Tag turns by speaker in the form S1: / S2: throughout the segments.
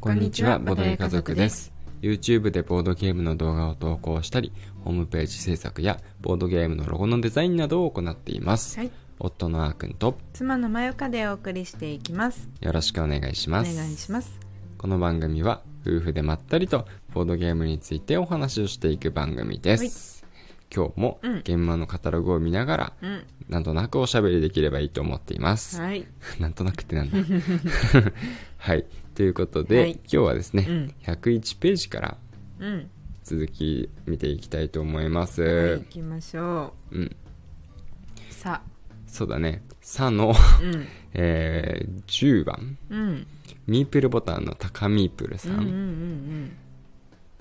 S1: こんにちは、ボードゲー家族です。YouTube でボードゲームの動画を投稿したり、ホームページ制作やボードゲームのロゴのデザインなどを行っています。
S2: はい、
S1: 夫のあーくんと
S2: 妻のまよかでお送りしていきます。
S1: よろしくお願いし
S2: お
S1: ま
S2: 願
S1: す。
S2: いします。
S1: この番組は夫婦でまったりとボードゲームについてお話をしていく番組です。今日も
S2: うん
S1: 現場のカタログを見ながら、
S2: うん、
S1: なんとなくおしゃべりできればいいと思っています。
S2: はい、
S1: なんとなくってなん だ。はい。ということで、
S2: はい
S1: 今日はですね、
S2: うん
S1: 101ページから
S2: うん、
S1: 続き見ていきたいと思います。
S2: はい、行きましょ
S1: うん。
S2: う。さ、
S1: そうだね。さの、
S2: うん、
S1: えー10番。
S2: うん、
S1: ミープルボタンの高ミープル
S2: う
S1: さ。
S2: ん、うんん、うん、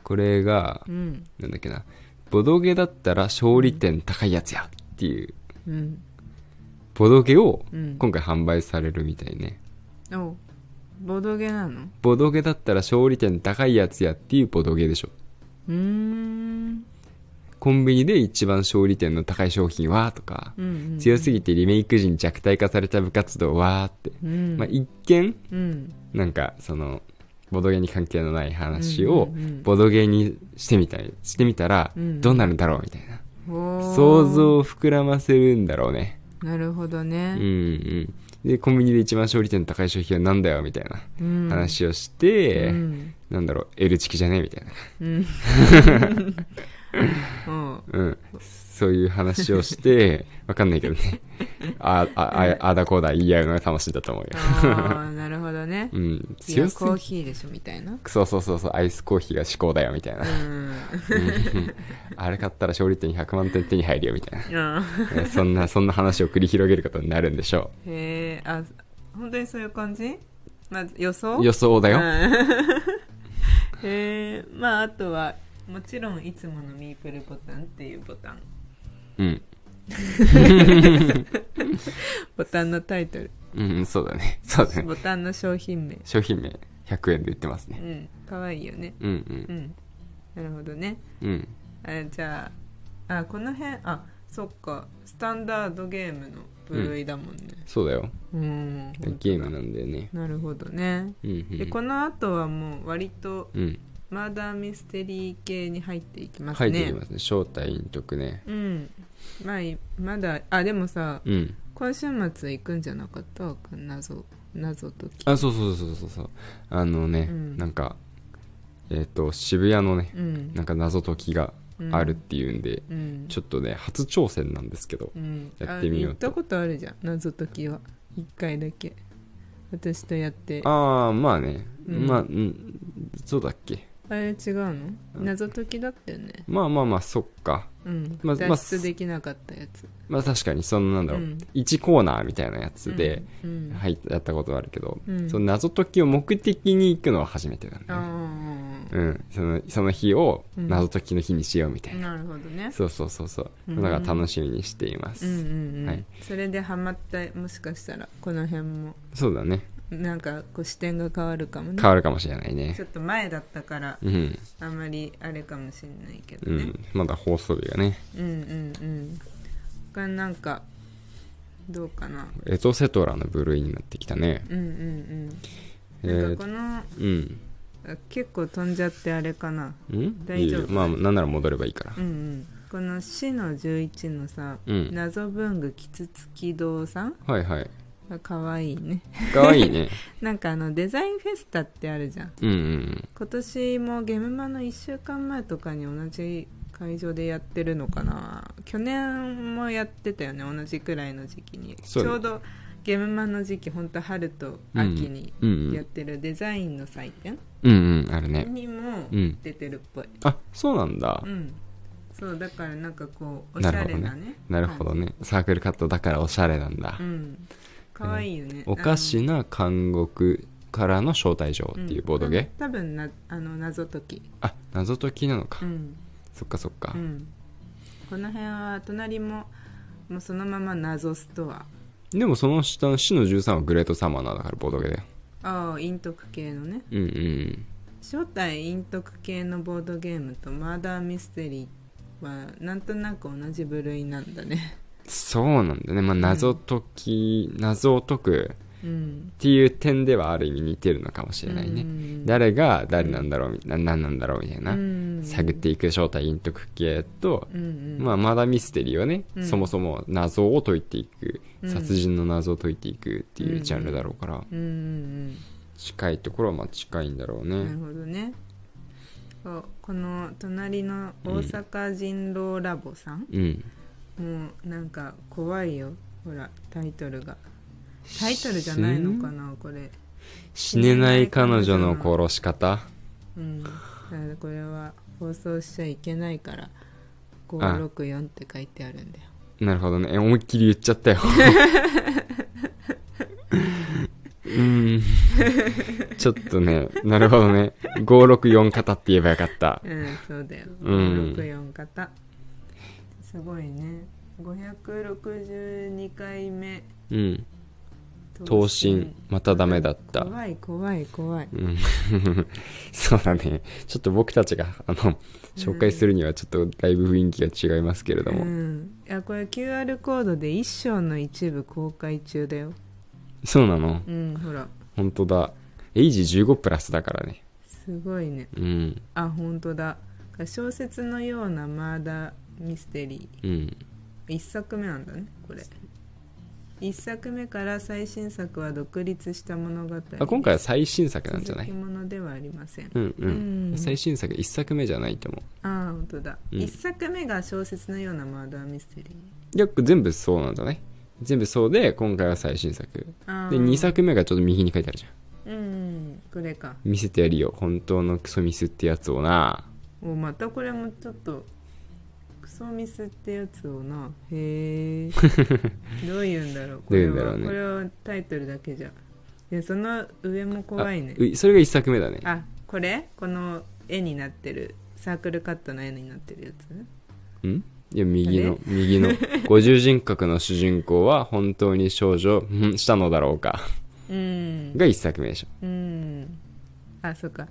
S1: これが
S2: う、ん、
S1: なんだっけな。ボドゲだったら勝利点高いやつやっていう、
S2: うん、
S1: ボドゲを
S2: うん、
S1: 今回販売されるみたいね。
S2: お、ボードゲなの？
S1: ボドゲだったら勝利点高いやつやっていうボドゲでしょ。
S2: うーん、
S1: コンビニで一番勝利点の高い商品はとか
S2: う、ん、
S1: 強すぎてリメイク時に弱体化された部活動はって、
S2: うん、
S1: まあ、一見
S2: うん、
S1: なんかそのボドゲに関係のない話を
S2: うんうんうん
S1: ボドゲにしてみたいしてみたら
S2: うん
S1: どうなるんだろうみたいな
S2: おー
S1: 想像。を膨らませるんだろうね
S2: なるほど
S1: うん
S2: ね。
S1: うんでコンビニで一番勝利点の高い商品は何だよみたいな
S2: うん、
S1: 話をし
S2: う
S1: て、
S2: ん、
S1: なんだろう L チキじゃねみたいな
S2: うん、うん、
S1: うん、そういう話を して、わかんないけどね。あ、あ、あ、あだこうだ言い合うのが楽しいんだと思うよ。
S2: ああ、なるほどね
S1: う。ん、
S2: いや
S1: 強す
S2: コー
S1: ぎ
S2: ヒーでしょみたいな。
S1: そうそうそうそう、アイスコーヒーが至高だよ、みたいな
S2: う。ん。
S1: うん あれ買ったら勝利点100万点手に入るよ、みたいな
S2: うん。
S1: うん。そんな、 そんな話を繰り広げることになるんでしょ
S2: へえ、あ、本当にそういう感じまず予想
S1: う。予想だ
S2: だ
S1: よ。
S2: へえ、まああとは、もちろんいつものミープルボタンっていうボタン。
S1: うん。
S2: ボタンのタイトル。
S1: うん、そうだね。 そうだね。
S2: ボタンの商品名。
S1: 商品名100円で売ってます
S2: う
S1: ね。
S2: ん。かわいいよね。
S1: う
S2: うんん。なるほどね。
S1: うん。うん。
S2: あじゃあ、あ、この辺、あ、そっか。スタンダードゲームの部類だもんね。
S1: そうだよ。
S2: うん。
S1: ゲームなんだよね。
S2: なるほどね。
S1: うん、うん。
S2: で、この後はもう割と
S1: うん。
S2: マーダーミステリー系に入っていきます
S1: 入
S2: ね。
S1: ってきますね。正体隠匿ね。
S2: うん。まあ、いまだ、あ、でもさ、
S1: うん。
S2: 今週末行くんじゃなかったわかん謎、謎解き。
S1: あそうそうそうそうそうあのね、
S2: うん
S1: なんかえっ、と渋谷のね
S2: うん。
S1: なんか謎解きが
S2: うん
S1: あるっ。ていうんで、
S2: うん。
S1: ちょっとね初挑戦なんですけど
S2: うん、
S1: やってみよう
S2: あ行ったことあるじゃん、謎解きは。一回だけ。私とやって。あ
S1: ああまあね、
S2: うん
S1: まあうんそうだっけ
S2: れ違うの
S1: うん
S2: 謎解きだったよね。
S1: まあまあまあそっか
S2: うん。
S1: まま
S2: 脱出できなかったやつ。
S1: まあ確かにそのなんだろう、
S2: うん
S1: 1コーナーみたいなやつで、
S2: うん、うん。
S1: 入っやったことあるけど、
S2: うん
S1: その謎解きを目的に行くのは初めてなんだね
S2: あ
S1: うん、そのその日を
S2: うん
S1: 謎解きの日にしようみたい
S2: あ、
S1: な、
S2: なるほどね。
S1: そうそうそうそう、
S2: うん
S1: だから楽しみにしています、
S2: うんうんうん
S1: はい
S2: それでハマったもしかしたらこの辺も
S1: そうだね
S2: なんかこう視点が変わるかもね
S1: 変わるかもしれないね
S2: ちょっと前だったから
S1: うん、
S2: あんまりあれかもしれないけど
S1: う
S2: ね、
S1: ん、まだ放送日がね
S2: うん、うんうん他なんかどうかな
S1: エトセトラの部類になってきたね
S2: うんうん
S1: え
S2: うんなん
S1: ー
S2: かこの、
S1: うん
S2: あ結構飛んじゃってあれかな
S1: うん
S2: 大丈
S1: い
S2: 夫
S1: いよまあなんなら戻ればいいから
S2: うんうんこの「死の11」のさ、
S1: うん
S2: 謎文具キツツキ堂さん
S1: はいはい
S2: が可愛いね
S1: かわいいね
S2: なんかあのデザインフェスタってあるじゃん
S1: うんうん
S2: 今年もゲームマの1週間前とかに同じ会場でやってるのかな去年もやってたよね同じくらいの時期にち
S1: そう
S2: ょうどゲームマの時期本当春と秋に
S1: うんう
S2: やっ
S1: ん
S2: てるデザインの祭典
S1: うんうんあるね
S2: にも
S1: うん
S2: 出てるっぽい、
S1: あそうなんだ
S2: うんそうだからなんかこうおし
S1: な
S2: ゃ
S1: るほ
S2: れ
S1: どね
S2: なね
S1: なるほどねサークルカットだからおしゃれなんだ
S2: 感じうんかわいいよね、
S1: おかしな監獄からの招待状
S2: あ
S1: っ
S2: の
S1: ていうボードゲ
S2: うん多分なあの謎解き
S1: あ謎解きなのか
S2: うん
S1: そっかそっか
S2: うん、この辺は隣ももうそのまま謎ストア
S1: でもその下の死の13はグレートサマナーだからボードゲーだよ
S2: ああ陰徳系のね
S1: うんうん
S2: 正体陰徳系のボードゲームとマーダーミステリーはなんとなく同じ部類なんだね
S1: そうなんだね、まあ、謎解き、謎を解く
S2: うん
S1: ていう点ではある意味似てるのかもしれないね、
S2: うん
S1: 誰が誰なんだろうみな何なんだろうみたいな、
S2: うん
S1: 探っていく正体隠匿系と、
S2: うんうん
S1: まあ、まだミステリーはね、
S2: うん
S1: そもそも謎を解いていく、
S2: うん
S1: 殺人の謎を解いていくっていうジャンルだろうから、
S2: うんうん
S1: 近いところはまあ近いんだろうね、
S2: うんなるほどねそうこの隣の大阪人狼ラボさん、
S1: うん
S2: もうなんか怖いよほらタイトルがタイトルじゃないのかなこれ
S1: 死ねない彼女の殺し方
S2: うんだからこれは放送しちゃいけないから
S1: あ
S2: 564って書いてあるんだよ
S1: なるほどねえ思いっきり言っちゃ ったようんちょっとねなるほどね564型って言えばよかった
S2: うんそうだよ
S1: うん
S2: 564型すごいね562回目
S1: うん投信またダメだった
S2: 怖い怖い怖い
S1: うん そうだねちょっと僕たちがあの紹介するにはちょっとだいぶ雰囲気が違いますけれども、
S2: うん、いやこれ QR コードで一章の一部公開中だよ
S1: そうなの
S2: うんほら
S1: 本当だエイジ15プラスだからね
S2: すごいね
S1: うん
S2: あ本当だ小説のようなマーダーミステリ
S1: うん
S2: ー一作目なんだねこれ一作目から最新作は独立した物語
S1: あ今回は最新作なんじゃ
S2: 続
S1: な
S2: き
S1: い
S2: ものではありません
S1: うんうん、
S2: うん
S1: 最新作1作目じゃないと思う
S2: ああ本当だ、
S1: うん
S2: 一作目が小説のようなマーダーミステリー
S1: いや全部そうなんじゃない全部そうで今回は最新作
S2: ああ
S1: で2作目がちょっと右に書いてあるじゃん
S2: うんこれか
S1: 見せてやるよ本当のクソミスってやつをな
S2: おまたこれもちょっとクソミスってやつをなへえ どういうんだろうこ
S1: どうい
S2: れは
S1: うんだろうね
S2: これはタイトルだけじゃでその上も怖いね
S1: あうそれが1作目だね
S2: あこれこの絵になってるサークルカットの絵になってるやつ
S1: うんいや右
S2: あ
S1: の右 の五十人格の主人公は本当に少女 うんしたのだろうか
S2: うん
S1: が1作目でしょ
S2: うんあそうか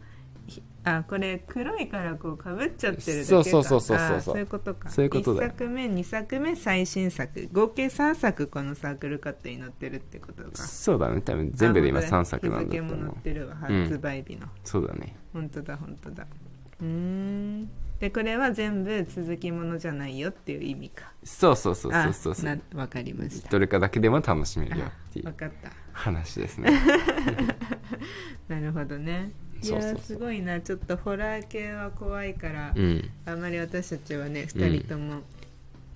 S2: ひあこれ黒いからこうかぶっちゃってるだけか
S1: そうそうそうそうそう
S2: あそういうことか
S1: そういうことだ
S2: 1作目2作目最新作合計3作このサークルカットに載ってるってことか
S1: そうだね多分全部で今3作なんだと
S2: あ本当日付
S1: 思
S2: も
S1: う
S2: 載ってるわ
S1: うん
S2: 発売日の、
S1: そうだね
S2: 本当だ本当だうーんでこれは全部続きものじゃないよっていう意味か
S1: そうそうそうそうそう
S2: あなわかりました
S1: どれかだけでも楽しめるよってい
S2: あわ
S1: う
S2: かった
S1: 話です ね
S2: なるほどねい
S1: そう
S2: や
S1: そうそう
S2: ーすごいなちょっとホラー系は怖いから、
S1: うん
S2: あんまり私たちはね
S1: うん
S2: 2人とも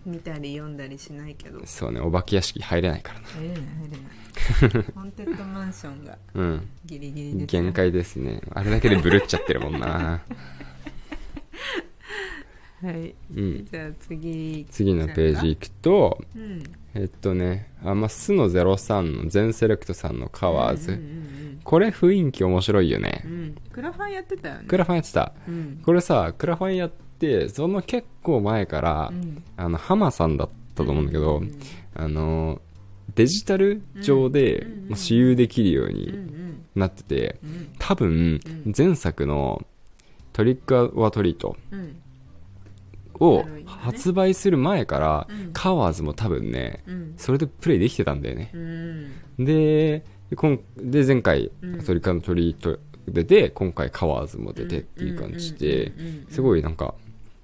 S2: 見たり読んだりしないけど、
S1: そうねお化け屋敷入れないからな
S2: 入れない入 れないホーンテッドマンションが
S1: うん
S2: ギリギリですね
S1: 限界ですねあれだけでブルっちゃってるもん な
S2: はい、
S1: うん
S2: じゃあ次
S1: 次のページ行くと
S2: うん
S1: えっとねあまあスの03の全セレクトさんのカワーズ、
S2: うんうん
S1: これ雰囲気面白いよね
S2: うん、うん、クラファンやってたよね
S1: クラファンやってた
S2: うん
S1: これさクラファンやってその結構前から、
S2: うん
S1: あのハマさんだったと思うんだけど、
S2: うん
S1: あのデジタル上で、
S2: うんうん
S1: まあ私有できるよう
S2: うんう
S1: に
S2: ん
S1: なってて
S2: うん
S1: 多分
S2: うん
S1: 前作の「トリック・ア・トリート
S2: うん」
S1: を
S2: なるほどね
S1: 発売する前から、
S2: うん
S1: カワーズも多分ね
S2: うん
S1: それでプレイできてたんだよね
S2: うん
S1: で今で前回
S2: うん
S1: 「トリック・ア・トリート」出て今回カワーズも出てっていう感じで
S2: うんうんうん
S1: すごいなんか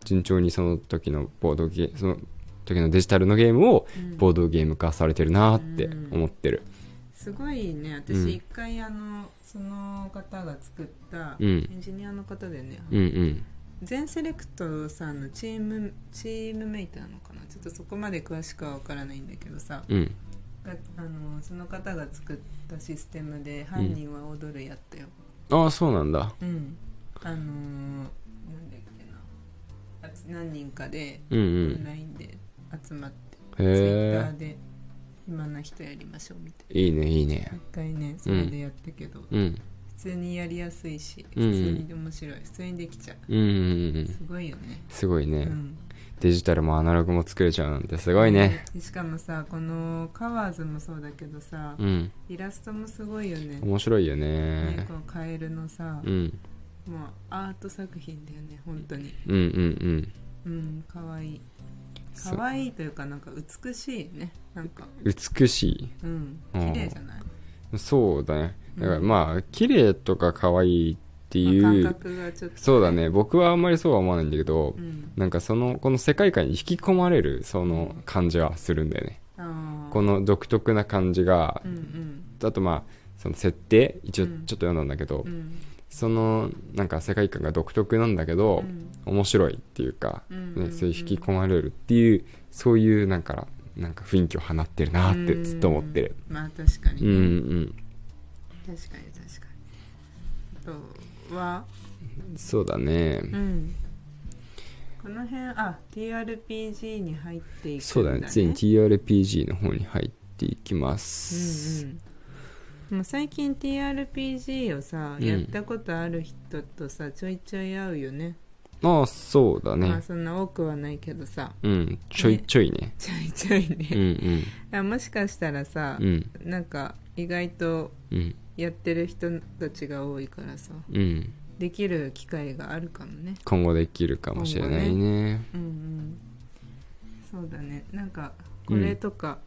S1: 順調にその時のボードゲーその時のデジタルのゲームを
S2: うん
S1: ボードゲーム化されてるなーって思ってる
S2: すごいね
S1: うん
S2: 私一回あのその方が作った
S1: うん
S2: エンジニアの方でね
S1: うんうん
S2: 全セレクトさんのチームチームメイトなのかなちょっとそこまで詳しくは分からないんだけどさ
S1: うん
S2: があのその方が作ったシステムで「犯人は踊る」やったよ
S1: ああそうなんだ
S2: うんあのーなんだっけなあつ何人かで
S1: うんう
S2: オン
S1: ん
S2: ラインで集まって
S1: へ
S2: Twitter
S1: え
S2: で暇な人やりましょうみたい
S1: いいねいいね
S2: な一回ねそれでやったけど、
S1: うん
S2: 普通にやりやすいし普
S1: うんうん
S2: 通に面白い普通にできちゃ
S1: うんうんう
S2: うんすごいよね
S1: すごいうね
S2: ん
S1: デジタルもアナログも作れちゃうなんてすごいね
S2: でしかもさこのカワーズもそうだけどさ
S1: うん
S2: イラストもすごいよね
S1: 面白いよ
S2: ね
S1: ね
S2: このカエルのさ
S1: うん
S2: もうアート作品だよね本当に
S1: うんうんうん
S2: うんかわいい
S1: そ
S2: か
S1: う
S2: わいいというかなんか美しいねなんか
S1: 美しい
S2: うん
S1: うん
S2: 綺麗じゃない
S1: そうだねだから
S2: うん
S1: まあ綺麗とか可愛いっていう、
S2: まあ感覚がちょっと、
S1: そうだね僕はあんまりそうは思わないんだけど、
S2: うん、
S1: なんかそのこの世界観に引き込まれるその感じはするんだよね、
S2: あー
S1: この独特な感じが
S2: う、ん
S1: あとまあその設定一応
S2: う
S1: ちょっ
S2: ん
S1: と読んだんだけど、
S2: うんうん
S1: そのなんか世界観が独特なんだけど、
S2: うん
S1: 面白いっていうか、
S2: う
S1: ね
S2: んうんうん
S1: そういう引き込まれるっていうそういうなんかなんか雰囲気を放ってるなってずっと思ってる
S2: うんまあ確か
S1: う
S2: に、
S1: んうん
S2: 確かに確かにあとは
S1: そうだね、
S2: うんこの辺あ TRPG に入っていくんだ、ね、
S1: そうだねついに TRPG の方に入っていきます、
S2: うんうん、もう最近 TRPG をさ、
S1: うん
S2: やったことある人とさちょいちょい会うよね
S1: ああそうだね、
S2: まあそんな多くはないけどさ
S1: うんちょいちょいね
S2: ちょいちょい
S1: うん
S2: ね、あもしかしたらさ
S1: うんう、ん
S2: なんか意外と
S1: うん
S2: やってる人たちが多いからさ
S1: うん
S2: できる機会があるかもね
S1: 今後できるかもしれないね
S2: うんうんそうだねなんかこれとか、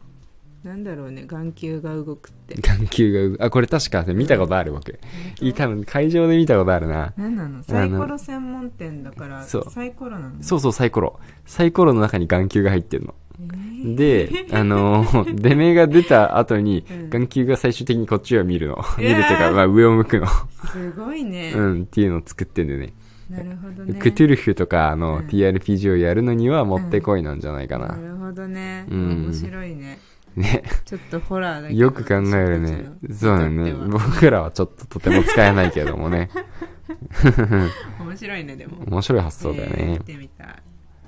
S2: なんだろうね眼球が動くって
S1: 眼球があこれ確かね見たことある僕い多分会場で見たことあるな
S2: 何なのサイコロ専門店だから
S1: そう
S2: サイコロなの
S1: そうそうサイコロサイコロの中に眼球が入ってるの
S2: えー
S1: であの ー出目が出た後に
S2: うん
S1: 眼球が最終的にこっちを見るの見るという
S2: うわ
S1: か、
S2: ー
S1: まあ、上を向くの、
S2: すごいね、
S1: うん、っていうのを作ってんだよね
S2: なるほどね
S1: クトゥルフとかあの、
S2: うん
S1: TRPG をやるのにはもってこいなんじゃないか
S2: な
S1: な、
S2: るほどね、
S1: うん
S2: 面白いね
S1: ね
S2: ちょっとホラーだけど
S1: よく考えるねそうだね僕らはちょっととても使えないけども ね
S2: 面白いねでも
S1: 面白い発想だよ
S2: えー
S1: ね
S2: 見、てみたい、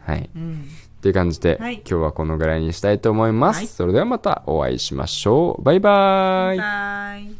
S1: はい
S2: うん、
S1: という感じで、
S2: はい
S1: 今日はこのぐらいにしたいと思います、
S2: はい
S1: それではまたお会いしましょうバイバーイ
S2: バイ